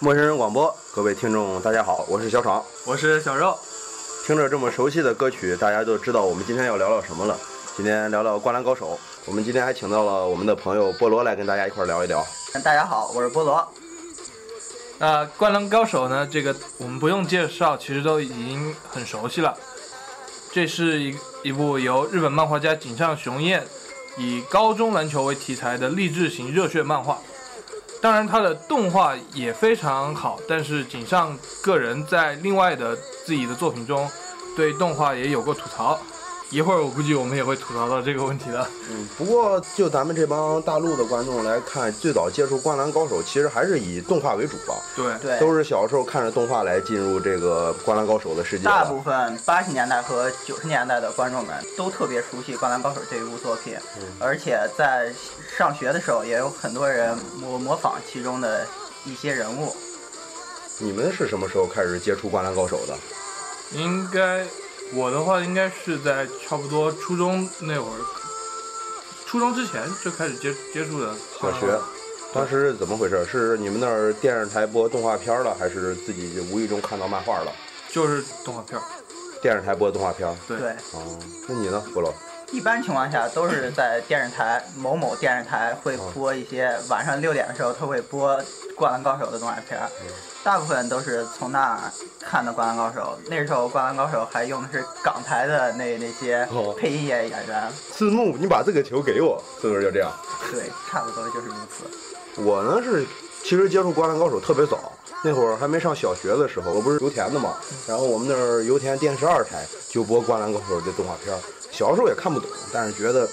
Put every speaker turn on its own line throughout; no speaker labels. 陌生人广播，各位听众，大家好，我是小闯。
我是小肉，
听着这么熟悉的歌曲，大家就知道我们今天要聊聊什么了。今天聊聊《灌篮高手》，我们今天还请到了我们的朋友菠萝来跟大家一块儿聊一聊。
大家好，我是菠萝。
那《灌篮高手》呢？这个我们不用介绍，其实都已经很熟悉了。这是一一部由日本漫画家井上雄彦以高中篮球为题材的励志型热血漫画。当然，它的动画也非常好，但是井上个人在另外的自己的作品中，对动画也有过吐槽。一会儿我估计我们也会吐槽到这个问题的。
嗯，不过就咱们这帮大陆的观众来看，最早接触《灌篮高手》其实还是以动画为主吧，
对，
对，
都是小时候看着动画来进入这个《灌篮高手》的世界的。
大部分八十年代和九十年代的观众们都特别熟悉《灌篮高手》这一部作品，
嗯
而且在上学的时候也有很多人模模仿其中的一些人物。
你们是什么时候开始接触《灌篮高手》的？
应该我的话应该是在差不多初中那会儿，初中之前就开始接接触的
小学。当时是怎么回事？是你们那儿电视台播动画片了，还是自己无意中看到漫画了？
就是动画片儿。
电视台播动画片。
对
对，
哦，那你呢，菠萝？
一般情况下都是在电视台某某电视台会播一些晚上六点的时候，他会播《灌篮高手》的动画片儿，
嗯
大部分都是从那儿看的《灌篮高手》。那时候《灌篮高手》还用的是港台的那那些
哦
配音演员，
字幕，你把这个球给我，是不是就这样？
对，差不多就是如此。
我呢是，其实接触《灌篮高手》特别早，那会儿还没上小学的时候，我不是油田的嘛，然后我们那儿油田电视二台就播《灌篮高手》的动画片儿，小时候也看不懂，但是觉得。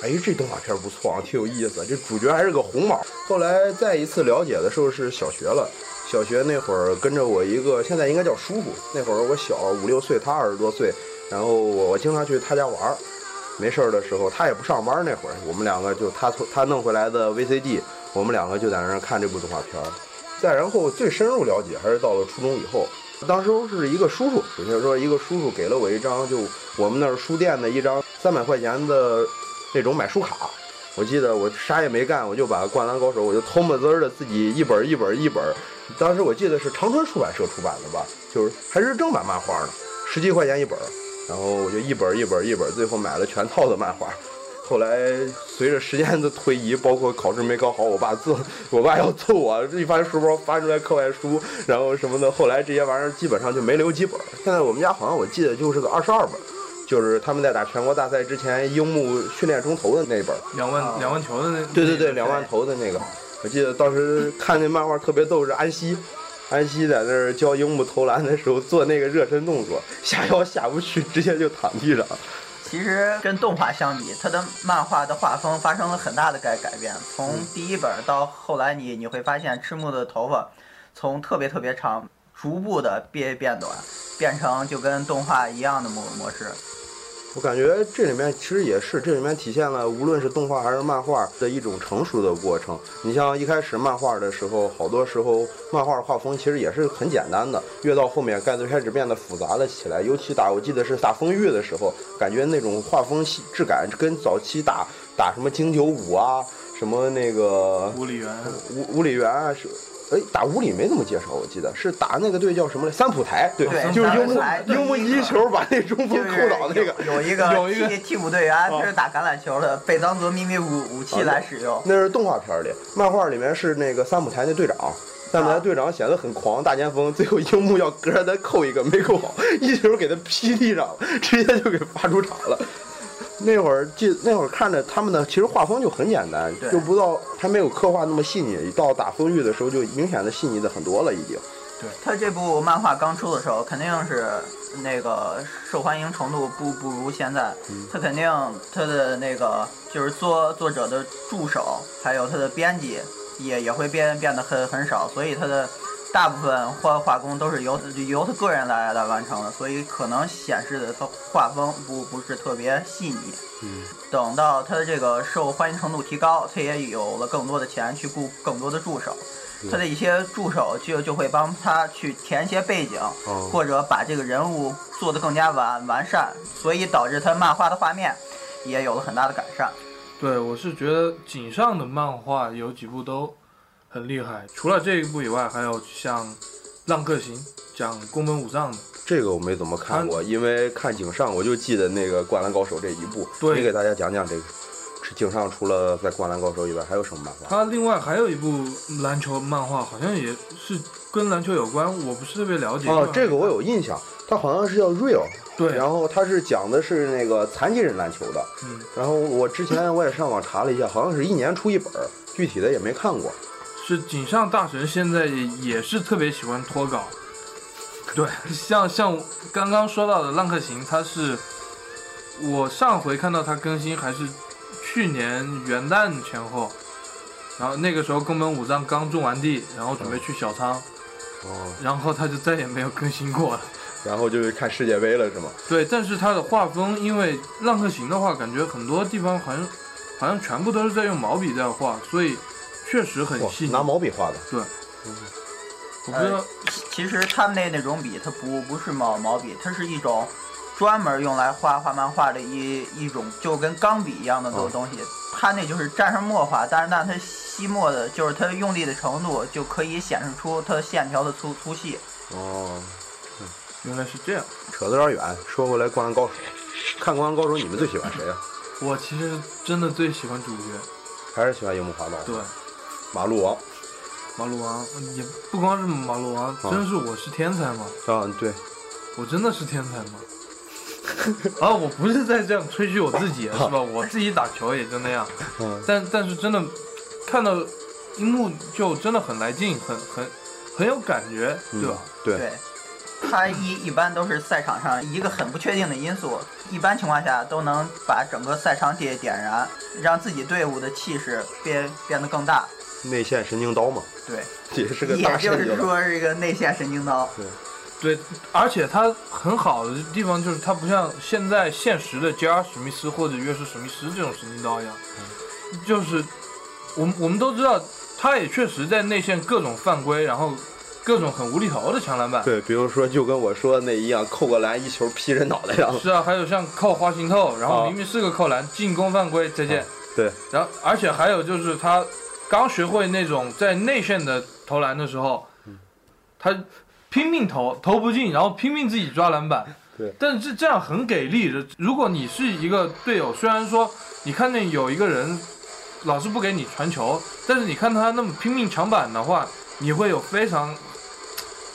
哎，这动画片儿不错啊，挺有意思。这主角还是个红毛。后来再一次了解的时候是小学了，小学那会儿跟着我一个，现在应该叫叔叔。那会儿我小五六岁，他二十多岁，然后我我经常去他家玩儿，没事儿的时候，他也不上班那会儿，我们两个就他从他弄回来的 VCD，我们两个就在那儿看这部动画片儿。再然后最深入了解还是到了初中以后，当时候是一个叔叔，也就是说一个叔叔给了我一张就我们那儿书店的一张三百块钱的那种买书卡。我记得我啥也没干，我就把《灌篮高手》我就偷摸滋儿的自己一本儿一本儿一本儿，当时我记得是长春出版社出版的吧，就是还是正版漫画呢，十几块钱一本儿。然后我就一本儿一本儿一本儿，最后买了全套的漫画。后来随着时间的推移，包括考试没考好，我爸揍我爸要揍我，一翻书包翻出来课外书，然后什么的。后来这些玩意儿基本上就没留几本儿。现在我们家好像我记得就是个二十二本儿，就是他们在打全国大赛之前樱木训练中投的那本儿。
两万、
哦
两万球的那
啊对对对，两万头的那个，我记得当时看那漫画特别逗，是安西，安西在那儿教樱木投篮的时候做那个热身动作，下腰下不去，直接就躺地上。
其实跟动画相比，它的漫画的画风发生了很大的改改变。
嗯
从第一本到后来你，你会发现赤木的头发从特别特别长，逐步的变变短，变成就跟动画一样的模模式。
我感觉这里面其实也是，这里面体现了无论是动画还是漫画的一种成熟的过程。你像一开始漫画的时候，好多时候漫画画风其实也是很简单的，越到后面盖子开始变得复杂了起来。尤其打我记得是打风玉的时候，感觉那种画风细质感跟早期打打什么京九五啊，什么那个
五里元，
五五里园啊是。哎，打五里没怎么介绍，我记得是打那个队叫什么来？三浦台，对，
对
就是
三
樱
浦
木
台
樱木
对
一球把那中锋
就
扣
是
倒那个，
有有一个
有一个
替替补队员，
哦
他是打橄榄球的，被当做秘密武武器来使用。
那是动画片里，漫画里面是那个三浦台那队长，三浦台队长显得很狂，大前锋，最后樱木要隔着他扣一个没扣好，一球给他劈地上了，直接就给罚出场了。那会儿记那会儿看着他们的，其实画风就很简单，
对
就不到还没有刻画那么细腻，到打风玉的时候就明显的细腻的很多了，已经。
他这部漫画刚出的时候，肯定是那个受欢迎程度不不如现在。他肯定他的那个就是作作者的助手，还有他的编辑也也会变变得很很少，所以他的大部分画画工都是由由他个人来来完成的，所以可能显示的他画风不不是特别细腻。等到他的这个受欢迎程度提高，他也有了更多的钱去雇更多的助手，他的一些助手就就会帮他去填一些背景，
哦
或者把这个人物做得更加完完善，所以导致他漫画的画面也有了很大的改善。
对我是觉得井上的漫画有几部都很厉害。除了这一部以外，还有像《浪客行》讲宫本武藏的，
这个我没怎么看过，因为看井上我就记得那个《灌篮高手》这一部。
对
你给大家讲讲这个，井上除了在《灌篮高手》以外还有什么漫画？
他另外还有一部篮球漫画，好像也是跟篮球有关，我不是特别了解。嗯
哦，这个我有印象，它好像是叫 Real，
对，
然后它是讲的是那个残疾人篮球的。
嗯，
然后我之前我也上网查了一下，好像是一年出一本儿，具体的也没看过。
是井上大神现在也是特别喜欢脱稿，对， 像像刚刚说到的《浪客行》，他是我上回看到他更新还是去年元旦前后，然后那个时候宫本武藏刚种完地，然后准备去小仓，
哦，
然后他就再也没有更新过了。
然后就去看世界杯了是吗？
对，但是它的画风，因为《浪客行》的话，感觉很多地方好像好像全部都是在用毛笔在画，所以确实很
哇
细腻。
拿毛笔画的。
我不知道，
其实他们那那种笔，它不不是毛毛笔，它是一种专门用来画画漫画的一一种，就跟钢笔一样的东
嗯
东西。它那就是沾上墨画，但是那它吸墨的，就是它用力的程度，就可以显示出它线条的粗粗细。
哦，
原来是这样。
扯得有点远，说回来《灌篮高手》，看《灌篮高手》你们最喜欢谁呀、啊
我其实真的最喜欢主角，
还是喜欢樱木花道？
对，
马路王。
马路王，也不光是马路王，真是我是天才吗？
啊，对，
我真的是天才吗？啊，我不是在这样吹嘘我自己，啊是吧？我自己打球也就那样，
嗯，
但但是真的看到樱木就真的很来劲，很很很有感觉，对吧？
嗯对，
对，它一一般都是赛场上一个很不确定的因素，一般情况下都能把整个赛场点点燃，让自己队伍的气势变变得更大。
内线神经刀嘛，
对，
也是个
也
大
就
神
是
经。
说是一个内线神经刀。
对，而且它很好的地方就是它不像现在现实的 J.R. 史密斯或者约什史密斯这种神经刀一样，
嗯
就是我们我们都知道，他也确实在内线各种犯规，然后各种很无厘头的抢篮板。
对，比如说就跟我说的那一样，扣个篮一球劈人脑袋上。
是啊，还有像扣花心透，然后
啊
明明是个扣篮，进攻犯规，再见。
对，
然后而且还有就是他刚学会那种在内线的投篮的时候，他拼命投，投不进，然后拼命自己抓篮板。
对，
但是这样很给力的。如果你是一个队友，虽然说你看见有一个人老是不给你传球，但是你看他那么拼命抢板的话，你会有非常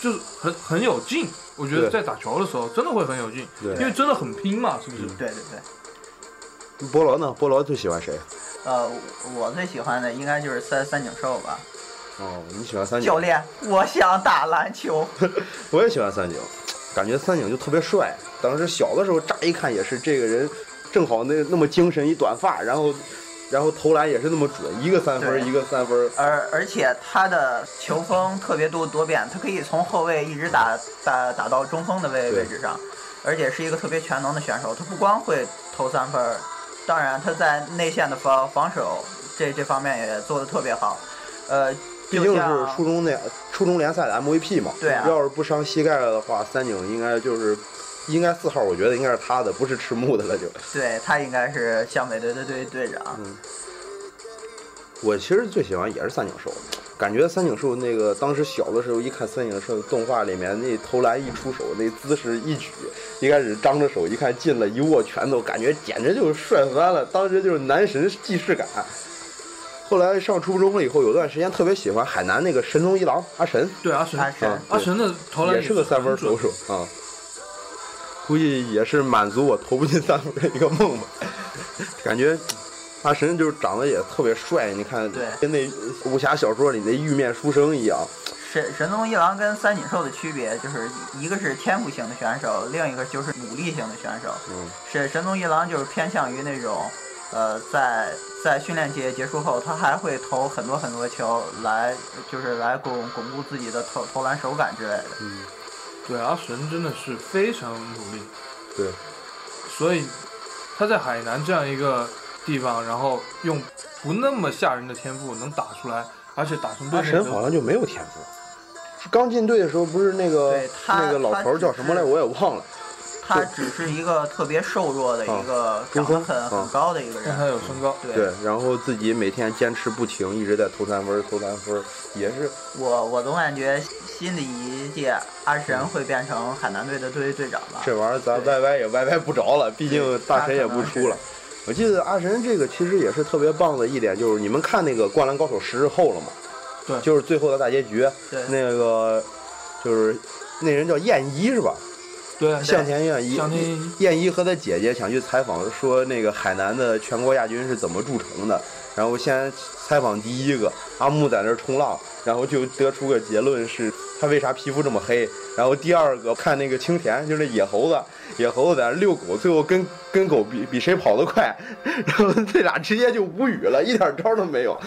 就是很很有劲。我觉得
对
在打球的时候真的会很有劲，
对
因为真的很拼嘛，是不是？
对对对，
菠萝呢？菠萝最喜欢谁？
呃，我最喜欢的应该就是三三井寿吧。
哦，你喜欢三井
教？练，我想打篮球。
我也喜欢三井，感觉三井就特别帅。当时小的时候乍一看也是这个人，正好那那么精神，一短发，然后然后投篮也是那么准，一个三分
对
一个三分。
而而且他的球风特别多多变，他可以从后卫一直打打打到中锋的位
对
位置上，而且是一个特别全能的选手。他不光会投三分儿，当然他在内线的防防守这这方面也做得特别好。呃，
毕
就
竟是
像
初中那初中联赛的 MVP 嘛。
对啊
要是不伤膝盖了的话，三井应该就是应该四号，我觉得应该是他的，不是赤木的了就。
对他应该是湘北队的队队长。
嗯我其实最喜欢也是三井寿，感觉三井寿那个当时小的时候一看三井寿动画里面那投篮一出手那姿势一举，一开始张着手一看进了，一握拳头，感觉简直就是帅翻了，当时就是男神既视感。后来上初中了以后，有段时间特别喜欢海南那个神农一郎阿神，
对，阿神，
阿神
啊
阿神的投篮
也是个三分投
手。
手啊，估计也是满足我投不进三分的一个梦吧。感觉阿神就是长得也特别帅，你看
对
跟那武侠小说里那玉面书生一样。
神神宗一郎跟三井寿的区别就是一个是天赋型的选手，另一个就是努力型的选手。
嗯，
神神宗一郎就是偏向于那种，呃，在在训练节结束后，他还会投很多很多球来，就是来巩巩固自己的投投篮手感之类的。
对，阿神真的是非常努力，
对，
所以他在海南这样一个地方，然后用不那么吓人的天赋能打出来，而且打成队
阿
内
神
的
好像就没有天赋。刚进队的时候不是那个
对他
那个老头儿叫什么来，
他只是
我也忘了。
他只是一个特别瘦弱的一个
中
长
锋
得很
啊
很高的一个
但他
人，
有身高，
对，然后自己每天坚持不停，一直在投三分儿，投三分儿，也是
我我总感觉新的一届阿神会变成海南队的队队长吧。
这玩意儿咱歪歪也歪歪不着了，毕竟大神也不出了。我记得阿神这个其实也是特别棒的一点，就是你们看那个《灌篮高手》十日后了吗？
对
就是最后的大结局，
对，
那个就是那人叫燕一是吧？
对，
向田燕一，
向田燕一
燕一和他姐姐想去采访，说那个海南的全国亚军是怎么铸成的。然后先采访第一个阿木在那儿冲浪，然后就得出个结论是他为啥皮肤这么黑。然后第二个看那个青田，就是那野猴子，野猴子在那儿遛狗，最后跟跟狗比比谁跑得快， 然后这俩直接就无语了，一点招儿都没有。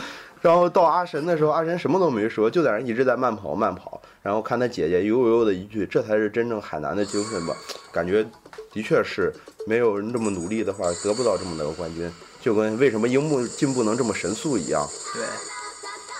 然后到阿神的时候，阿神什么都没说，就在那儿一直在慢跑慢跑。然后看他姐姐悠悠的一句：“这才是真正海南的精神吧？”感觉的确是没有人这么努力的话，得不到这么大个冠军。就跟为什么樱木进步能这么神速一样，
对，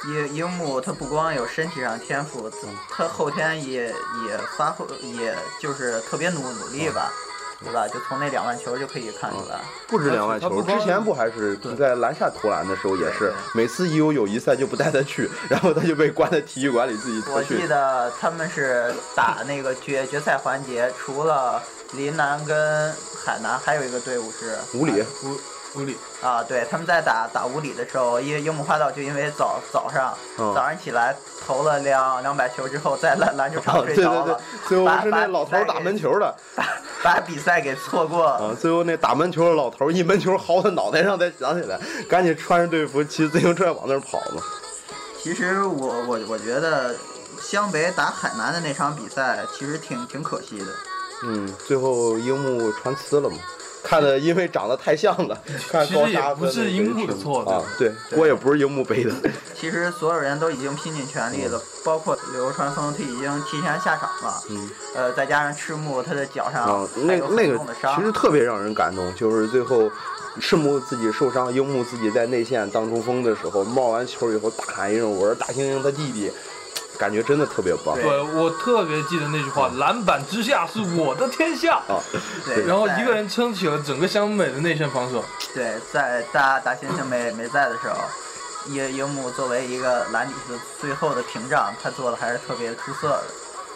樱樱木他不光有身体上天赋，他他后天也也发挥，也就是特别努努力吧，
嗯
对吧？就从那两万球就可以看出来。
不止两万
他
球。
不
之
光
前不还是
对
在篮下投篮的时候也
对
是
对，
每次一有友谊赛就不带他去，然后他就被关在体育馆里自己特
我记
训。
得他们是打那个决决赛环节，除了林南跟海南，还有一个队伍是
无理，
无无理，
啊，对，他们在打打无理的时候，樱樱木花道就因为早早上、
嗯
早上起来投了两两百球之后，在篮篮球
啊
场，
对对
睡着
对
了，，
最后
把
是那
把
老头儿打门球的，
把比赛给错过。
啊，最后那打门球的老头儿一门球薅他脑袋上，才想起来，赶紧穿上队服骑自行车往那儿跑嘛。
其实我我我觉得湘北打海南的那场比赛其实挺挺可惜的。
嗯，最后樱木穿刺了嘛？看的因为长得太像 了，看高
其实
沙
也不
分
是樱木的错
啊，对，锅也不是樱木 背的。
其实所有人都已经拼尽全力了，包括流川枫他已经提前下场了。
嗯，
呃，再加上赤木他的脚上
啊，
还
那
有
那
很
个
重的
其
伤，
实特别让人感动，就是最后赤木自己受伤，樱木自己在内线当中锋的时候，冒完球以后大喊一声：“我是大猩猩他弟弟！”感觉真的特别棒
对
对我特别记得那句话：“篮板之下是我的天下。”
啊！
对，
然后
在
一个人撑起了整个湘北的内线防守，
对，在大大猩猩没没在的时候，樱樱木作为一个篮底的最后的屏障，他做的还是特别出色的。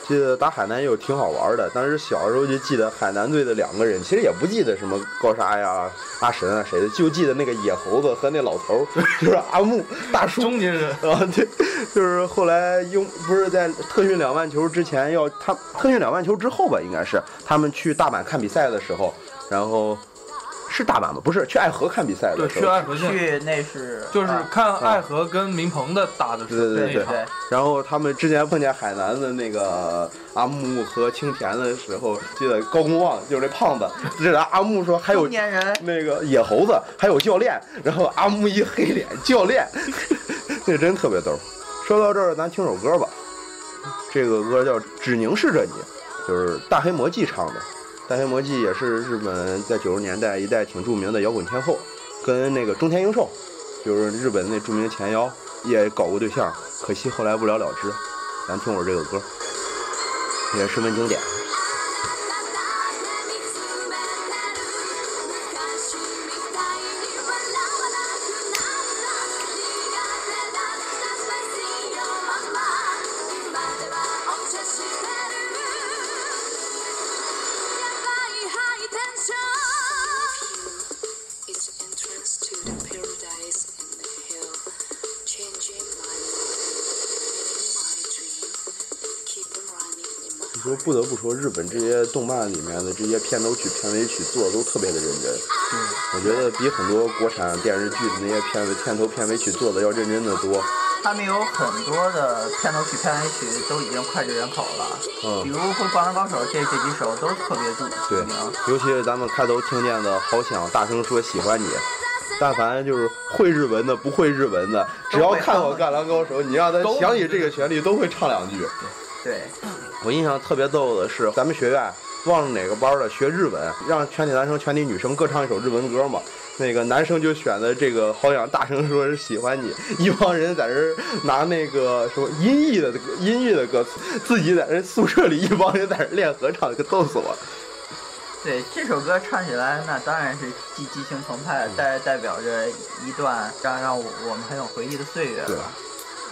记得打海南也有挺好玩的，当时小时候就记得海南队的两个人，其实也不记得什么高沙呀、阿神啊谁的，就记得那个野猴子和那老头儿， 就是阿木大叔。
中年人
啊，对，就是后来英不是在特训两万球之前要他特训两万球之后吧，应该是他们去大阪看比赛的时候，然后是大阪吗？不是，去爱河看比赛
对
的时
去
候，
爱河县，
去那是
就是
啊
看爱河跟明鹏的打的时候
对
那
对
一
对
场，
对。
然后他们之前碰见海南的那个阿木和青田的时候，记得高公望就是那胖子，这阿木说还有
中年人
那个野猴子，还有教练，然后阿木一黑脸，教练，那真特别逗。说到这儿，咱听首歌吧，这个歌叫《只凝视着你》，就是大黑魔记唱的。大黑魔记也是日本在九十年代一代挺著名的摇滚天后，跟那个中田英寿，就是日本那著名前腰，也搞过对象，可惜后来不了了之。咱听会儿这个歌，也十分经典。
「ただで見つめてる」「昔みたいに忘れはなわなくなった」「苦手だったスパイシーよママ」「今ではお茶してる」「やばいハイテンション」
It's entrance to the paradise in the hill, changing my mind, in my dream, keep on running in my
你说不得不说，日本这些动漫里面的这些片头曲、片尾曲做的都特别的认真。我觉得比很多国产电视剧的那些片尾、片头、片尾曲做的要认真的多。
他们有很多的片头曲、片尾曲都已经脍炙人口了，
嗯
比如《会灌篮高手》这这几首都特别著
对
名。，
嗯尤其是咱们开头听见的《好想大声说喜欢你》，但凡就是会日文的、不会日文的，只要看过《灌篮高手》，你让他想起这个旋律，都会唱两句。
对，
我印象特别逗的是，咱们学院忘了哪个班了，学日文，让全体男生、全体女生各唱一首日文歌嘛。那个男生就选的这个，好想大声说是喜欢你。一帮人在这儿拿那个什么音译的音译的歌词，自己在这宿舍里一帮人在这儿练合唱，可逗死我。
对这首歌唱起来，那当然是激激情澎湃，代代表着一段让让我我们很有回忆的岁月
对
吧。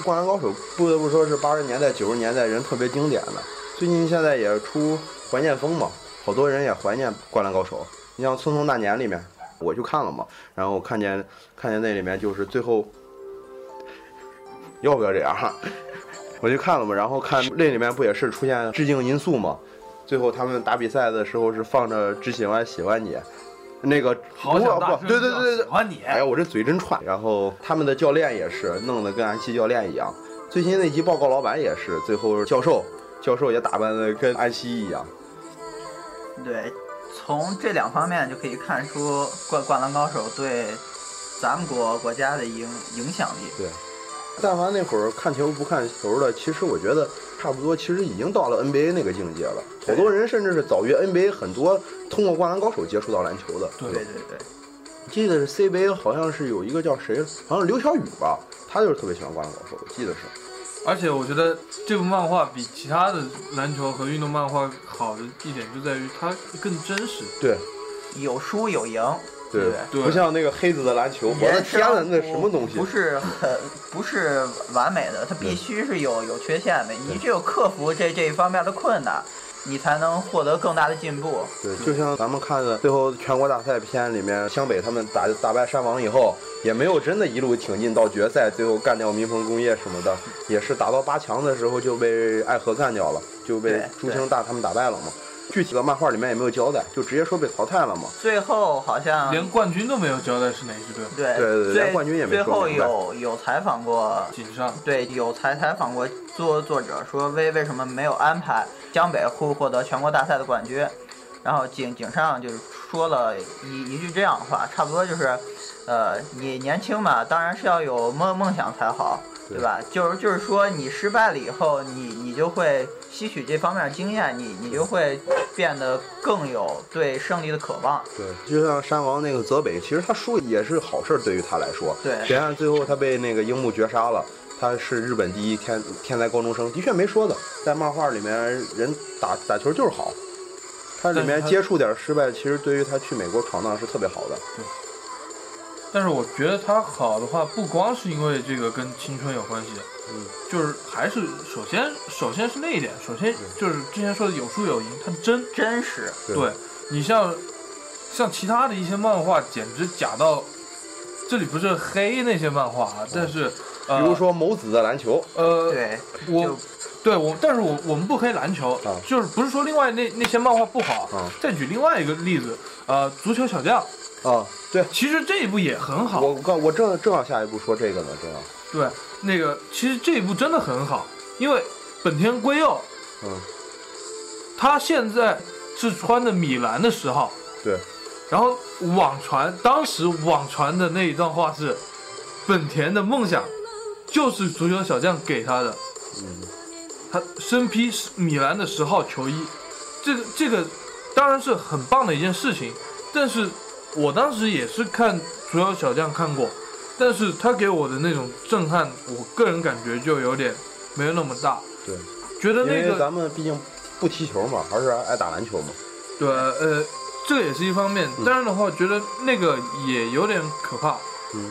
《灌篮高手》不得不说是八十年代、九十年代人特别经典的。最近现在也出怀念风嘛，好多人也怀念《灌篮高手》。你像《匆匆那年》里面，我去看了嘛，然后看见看见那里面就是最后要不要这样， 我去看了嘛，然后看那里面不也是出现致敬因素嘛？最后他们打比赛的时候是放着《只喜欢喜欢你》，那个
好想
不
大
不
声
对对
叫
对对
喜，欢你，
哎呀，我这嘴真串。然后他们的教练也是弄得跟安西教练一样。最新那集报告老板也是，最后教授教授也打扮的跟安西一样。
对，从这两方面就可以看出《灌灌篮高手》对咱们国国家的影影响力。
但凡那会儿看球不看球的，其实我觉得差不多，其实已经到了 NBA 那个境界了。好多人甚至是早于 NBA 很多通过《灌篮高手》接触到篮球的。
对
对对对，
记得是 CBA 好像是有一个叫谁，好像是刘晓宇吧，他就是特别喜欢《灌篮高手》，我记得是。
而且我觉得这部漫画比其他的篮球和运动漫画好的一点就在于它更真实。
对
有输有赢，
对
对
对
不像那个黑子的篮球，我的
人
天呐，那什么东西
不？是很不是完美的，它必须是有有缺陷的。你只有克服这这一方面的困难，你才能获得更大的进步。
对，就像咱们看的最后全国大赛篇里面，湘北他们打打败山王以后，也没有真的一路挺进到决赛，最后干掉民鹏工业什么的，
嗯
也是打到八强的时候就被爱河干掉了，就被
对
朱星大他们打败了嘛。具体的漫画里面也没有交代，就直接说被淘汰了嘛。
最后好像
连冠军都没有交代是哪支队，
对
对
对对
最
连冠军也没
最
说
后
明白
有有采访过
井上。
对，有采采访过作作者说为为什么没有安排江北获获得全国大赛的冠军，然后井井上就是说了一一句这样的话，差不多就是，呃，你年轻嘛，当然是要有梦梦想才好，对吧？就是就是说你失败了以后，你你就会吸取这方面的经验，你你就会变得更有对胜利的渴望。
对，就像山王那个泽北，其实他输也是好事儿，对于他来说。
对
别看最后他被那个樱木绝杀了，他是日本第一天天才高中生，的确没说的，在漫画里面人打打球就是好，他里
但是
面
他
接触点失败，其实对于他去美国闯荡是特别好的。
但是我觉得它好的话，不光是因为这个跟青春有关系，
嗯，
就是还是首先首先是那一点，首先就是之前说的有输有赢，它真
真实，
对
对你像像其他的一些漫画，简直假到这里不是黑那些漫画啊，但是、呃、
比如说某子的篮球，
呃，
对，
我
就
对我，但是我我们不黑篮球，
啊
就是不是说另外那那些漫画不好。
啊
再举另外一个例子，呃，足球小将，
啊，对
其实这一部也很好，
我刚我正正要下一步说这个呢，正要，
对，那个其实这一部真的很好，因为本田圭佑
嗯，
他现在是穿的米兰的十号，
对，
然后网传当时网传的那一段话是，本田的梦想就是足球小将给他的，
嗯，
他身披米兰的十号球衣，这个这个当然是很棒的一件事情，但是我当时也是看足球小将看过，但是他给我的那种震撼，我个人感觉就有点没有那么大，
对，
觉得
因
那
为
个
咱们毕竟不踢球嘛，还是爱打篮球嘛，
对呃，这个也是一方面，当然的话，觉得那个也有点可怕。
嗯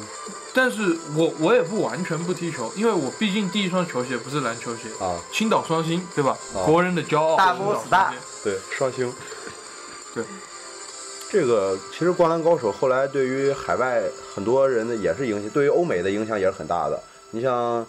但是我我也不完全不踢球，因为我毕竟第一双球鞋不是篮球鞋，
啊，
青岛双星对吧？
啊
国人的骄傲，
大
青岛
波子
双
大
星
对，双星。
对，
这个其实《灌篮高手》后来对于海外很多人的也是影响，对于欧美的影响也是很大的。你像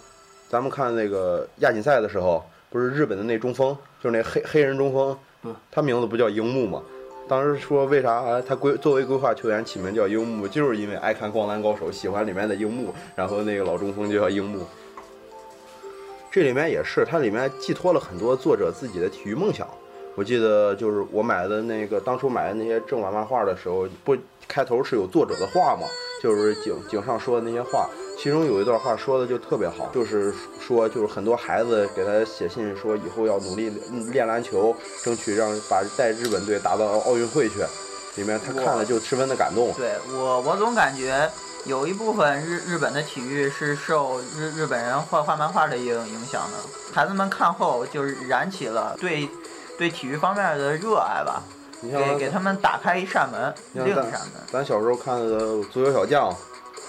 咱们看那个亚锦赛的时候，不是日本的那中锋，就是那黑黑人中锋
嗯，
他名字不叫樱木嘛？当时说为啥啊他规作为规划球员起名叫樱木，就是因为爱看《灌篮高手》，喜欢里面的樱木，然后那个老中锋就叫樱木。这里面也是，它里面寄托了很多作者自己的体育梦想。我记得就是我买的那个，当初买的那些正版漫画的时候，不开头是有作者的话嘛，就是井井上说的那些话，其中有一段话说的就特别好，就是说就是很多孩子给他写信说以后要努力练篮球，争取让把带日本队打到奥运会去。里面他看了就十分的感动，
对我，我总感觉有一部分日日本的体育是受日日本人画画漫画的影影响的。孩子们看后就是燃起了对对体育方面的热爱吧。
你像
给给他们打开一扇门，
你
另
像咱
一扇门。
咱小时候看的《足球小将》《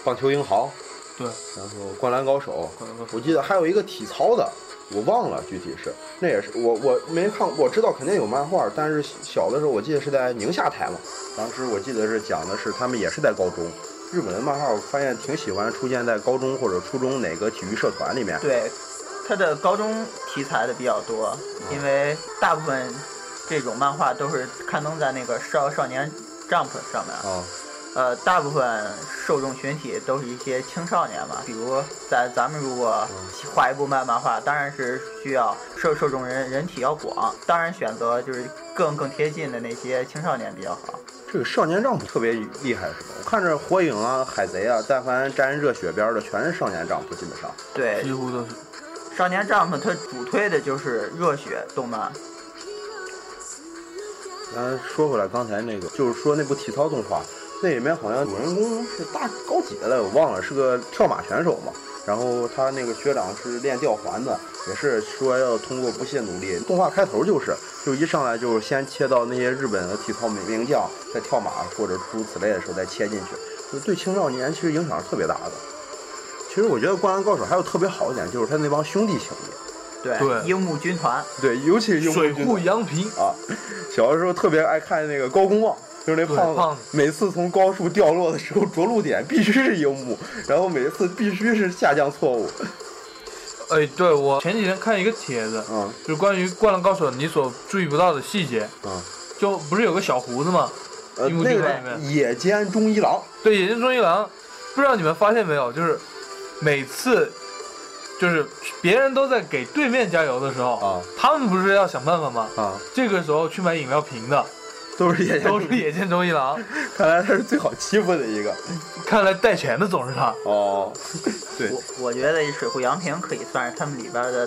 棒球英豪》，
对，
然后《灌篮高手》，
灌篮高手
我记得还有一个体操的，我忘了具体是，那也是我我没看，我知道肯定有漫画，但是小的时候我记得是在宁夏台嘛，当时我记得是讲的是他们也是在高中，日本的漫画我发现挺喜欢出现在高中或者初中哪个体育社团里面，
对，他的高中题材的比较多，因为大部分这种漫画都是刊登在那个少少年 Jump 上面。
啊，
呃，大部分受众群体都是一些青少年嘛，比如在咱们如果
嗯
画一部漫漫画，当然是需要受受众人人体要广，当然选择就是更更贴近的那些青少年比较好。
这个少年丈夫特别厉害是吧？我看着火影啊、海贼啊，但凡沾热血边儿的全是少年丈夫，基本上。
对
几，乎都是。
少年 Jump 它主推的就是热血动漫，
咱说回来，刚才那个就是说那部体操动画，那里面好像主人公是大高几的，我忘了，是个跳马选手嘛。然后他那个学长是练吊环的，也是说要通过不懈努力。动画开头就是，就一上来就是先切到那些日本的体操名名将在跳马或者诸如此类的时候再切进去，就对青少年其实影响是特别大的。其实我觉得《灌篮高手》还有特别好一点，就是他那帮兄弟情谊，
对，
对
樱木军团，
对，尤其是樱木
水
军
户
团
洋平，
啊，小的时候特别爱看那个高公望，就是那
对
胖子，
胖子
每次从高处掉落的时候着陆点必须是樱木，然后每次必须是下降错误。
哎，对我前几天看一个帖子，
嗯
就是关于《灌篮高手》你所注意不到的细节，
嗯，
就不是有个小胡子吗？
呃，
樱木
那
军
个
团里面
野间忠一郎，
对，野间忠一郎，不知道你们发现没有，就是每次就是别人都在给对面加油的时候，
啊
他们不是要想办法吗？
啊，
这个时候去买饮料 瓶的
都是野间
都
忠，
是野间忠一郎，
看来他是最好欺负的一个。
看来带钱的总是他。
哦， 对，
我我觉得水户洋平可以算是他们里边的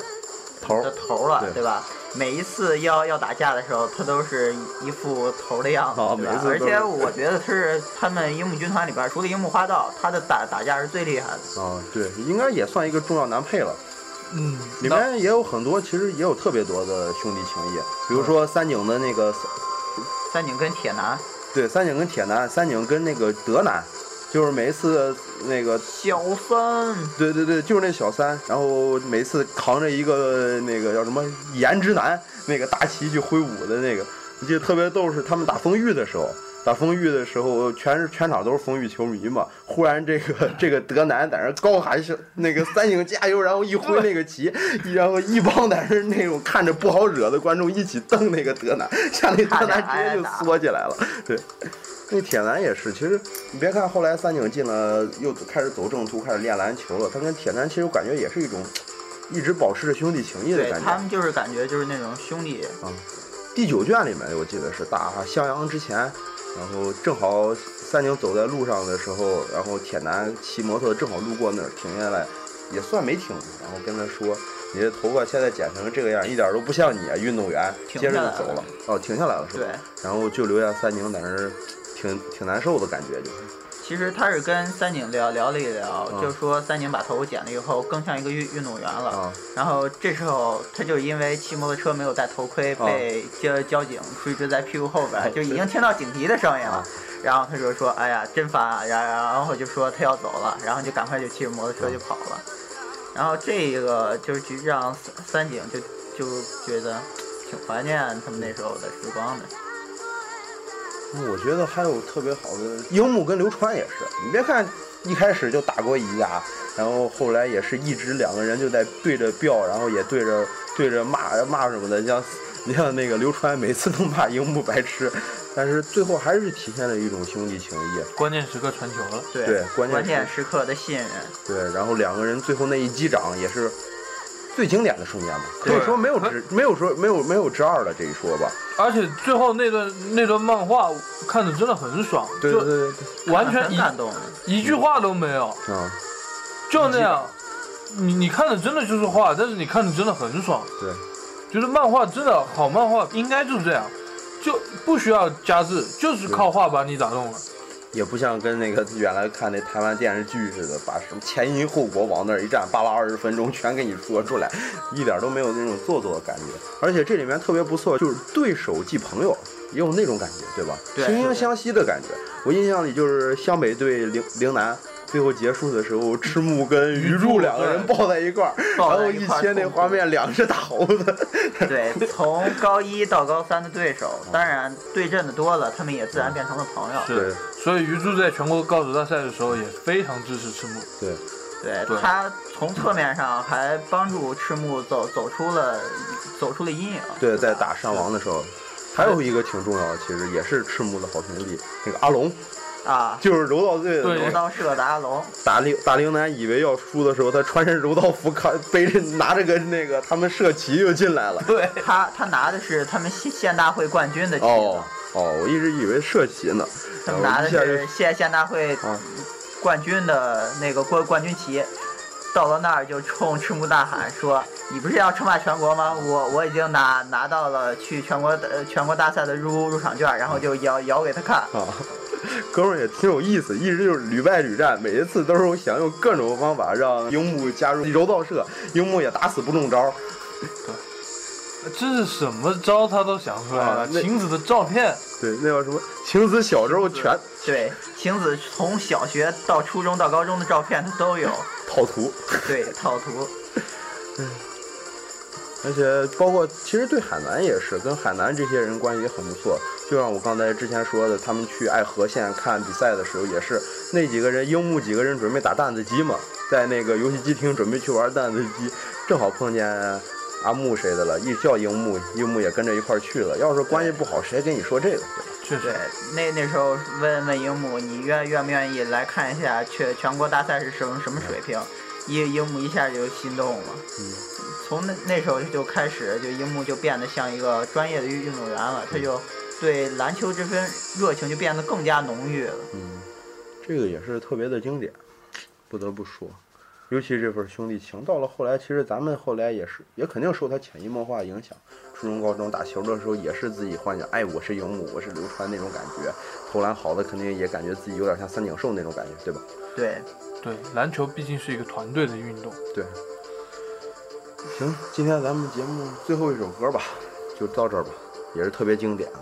头
的
儿
头了，
对
对吧？每一次要要打架的时候，他都是一副头的样子，
啊
对
每
吧？
次
而
都是
且我觉得他是他们樱木军团里边，除了樱木花道，他的打打架是最厉害的。
啊，对，应该也算一个重要男配了。
嗯，
里
那
面也有很多，其实也有特别多的兄弟情谊，比如说三井的那个
三井跟铁男、
对，三井跟铁男，三井跟那个德男，就是每一次那个，
小三，
对对对，就是那小三，然后每一次扛着一个那个叫什么颜之男那个大旗去挥舞的那个，我记得特别逗是他们打丰裕的时候。打丰裕的时候，全是全场都是丰裕球迷嘛。忽然，这个这个德南在那儿高喊是那个三井加油，然后一挥那个旗，然后一帮在那儿那种看着不好惹的观众一起瞪那个德南，吓那德南直接就缩起来了。对，那铁男也是，其实你别看后来三井进了，又开始走正途，开始练篮球了。他跟铁男其实我感觉也是一种一直保持着兄弟情谊的
对
感
他
觉。
们就是感觉就是那种兄弟，
第九卷里面我记得是打襄阳之前，然后正好三井走在路上的时候，然后铁男骑摩托正好路过那儿停下来，也算没停，然后跟他说：“你的头发现在剪成这个样，一点都不像你啊，运动员。”
停
接着
下来
就走了
了，
哦，停下来了是吧？
对。
然后就留下三井在那儿挺挺难受的感觉，就是。
其实他是跟三井聊聊了一聊，
嗯
就说三井把头发剪了以后，更像一个运运动员了。
啊
然后这时候他就因为骑摩托车没有戴头盔，
啊
被交交警追追在屁股后边
哦
儿，就已经听到警笛的声音
啊
了。然后他就说：“哎呀，真烦啊！”然然后就说他要走了，然后就赶快就骑着摩托车就跑了。
哦
然后这个就是就让三三井就就觉得挺怀念他们那时候的时光的。
我觉得还有特别好的樱木跟流川也是，你别看一开始就打过一架，然后后来也是一直两个人就在对着飙，然后也对着对着骂骂什么的，你像你像那个流川每次都骂樱木白痴，但是最后还是体现了一种兄弟情谊。
关键时刻传球了，
对
对关键
关键
是
时刻的信任。
对，然后两个人最后那一击掌也是最经典的瞬间嘛，可以
对
说没有之没有说没有没有之二了这一说吧。
而且最后那段那段漫画看的真的很爽，
对对对对
就完全
很感动的，
一一句话都没有，
对，啊、
就那样。你你看的真的就是画，但是你看的真的很爽。
对。
觉得漫画真的好，漫画应该就是这样，就不需要加字，就是靠画把你打动了。
也不像跟那个原来看那台湾电视剧似的，把什么前因后果往那儿一站，扒拉二十分钟全给你说出来，一点都没有那种做作的感觉。而且这里面特别不错，就是对手即朋友。也有那种感觉，对吧？
对
惺惺相惜的感觉。我印象里就是湘北对陵陵南。最后结束的时候，赤木跟鱼
鱼
柱
柱
两个人抱在一块儿，然
抱
后
在一
一
块儿
切那
痛苦
画面，两只大猴 子。
对，从高一到高三的对手，当然对阵的多了，他们也自然变成了朋友。
对
是，所以鱼柱在全国高手大赛的时候也非常支持赤木。
对，
对
对
他从侧面上还帮助赤木走走出了走出了阴影。
对，在打山王的时候，还有一个挺重要的，其实也是赤木的好兄弟，那个阿龙，
啊，
就是柔道队的
对
那
柔
个
道社的 阿龙，
打陵打陵南以为要输的时候，他穿身柔道服，扛背着拿着个那个他们社旗就进来了。
对他他拿的是他们县县大会冠军的旗子，
哦哦，我一直以为社旗呢，
他
然
们拿
后
的
一下
是
就
县县大会
啊
冠军的那个冠冠军旗。到了那儿就冲赤木大喊说：“你不是要称霸全国吗？我我已经拿拿到了去全国的呃全国大赛的入入场券，然后就摇摇给他看。
啊，哥们儿也挺有意思，一直就是屡败屡战，每一次都是想用各种方法让樱木加入柔道社，樱木也打死不中招。
这是什么招他都想出来
啊
了，
那
晴子的照片，
对，那叫什么晴子小时候全
对，晴子从小学到初中到高中的照片他都有，
套图。
对，套图。
而且包括其实对海南也是，跟海南这些人关系也很不错。就像我刚才之前说的，他们去爱河县看比赛的时候，也是那几个人，樱木几个人准备打弹子机嘛，在那个游戏机厅准备去玩弹子机，正好碰见阿木谁的了，一叫樱木，樱木也跟着一块儿去了。要是关系不好，谁跟你说这个？对吧
确
对
实，
那那时候问问樱木，你愿愿不愿意来看一下全全国大赛是什么什么水平？樱樱木一下就心动了。
嗯。
从那那时候就开始，就樱木就变得像一个专业的运运动员了，
嗯
他就对篮球这份热情就变得更加浓郁了。
嗯，这个也是特别的经典，不得不说，尤其这份兄弟情，到了后来，其实咱们后来也是，也肯定受他潜移默化影响。初中、高中打球的时候，也是自己幻想，哎，我是樱木，我是流川那种感觉，投篮好的肯定也感觉自己有点像三井寿那种感觉，对吧？
对，
对，篮球毕竟是一个团队的运动。
对。行，今天咱们节目最后一首歌吧，就到这儿吧，也是特别经典的。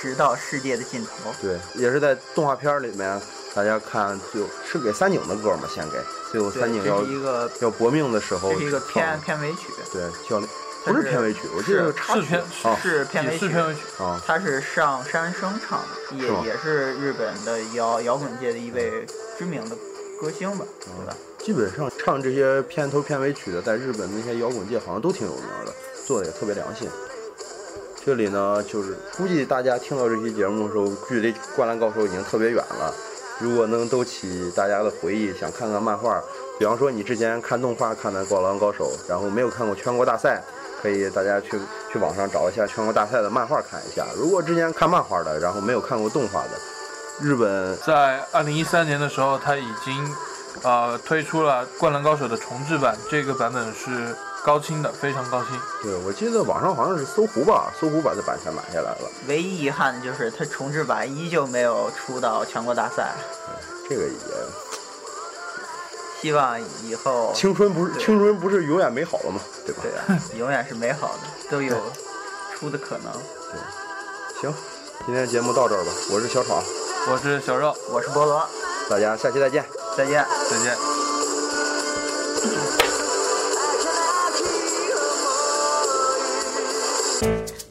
直到世界的尽头。
对，也是在动画片里面，大家看就是给三井的歌嘛，献给最后
对
三井
这
要哦
是一个
要搏命的时候
这是一个
唱
片片尾曲，
对教练
它
不是
是
片尾曲，我记得
是
是插
是
曲
片
啊
是片
也
尾
是
曲。
片尾曲，
啊
他是上山生唱的，也
是吗
也是日本的摇摇滚界的一位知名的歌星吧，对吧？
基本上唱这些片头片尾曲的，在日本那些摇滚界好像都挺有名的，做的也特别良心。这里呢，就是估计大家听到这期节目的时候，距离《灌篮高手》已经特别远了。如果能勾起大家的回忆，想看看漫画，比方说你之前看动画看的《灌篮高手》，然后没有看过全国大赛，可以大家去去网上找一下全国大赛的漫画看一下。如果之前看漫画的，然后没有看过动画的，日本
在二零一三年的时候，他已经呃推出了《灌篮高手》的重制版，这个版本是高清的，非常高清。
对，我记得网上好像是搜狐吧，搜狐把这版权买下来了，
唯一遗憾的就是他重制版依旧没有出到全国大赛，
这个也
希望以后
青春不是
对
青春不是永远美好了吗？对吧？
对啊，永远是美好的，都有出的可能。
行，今天节目到这儿吧，我是小闯，
我是小肉，
我是菠萝，
大家下期再见。
再见。
再见。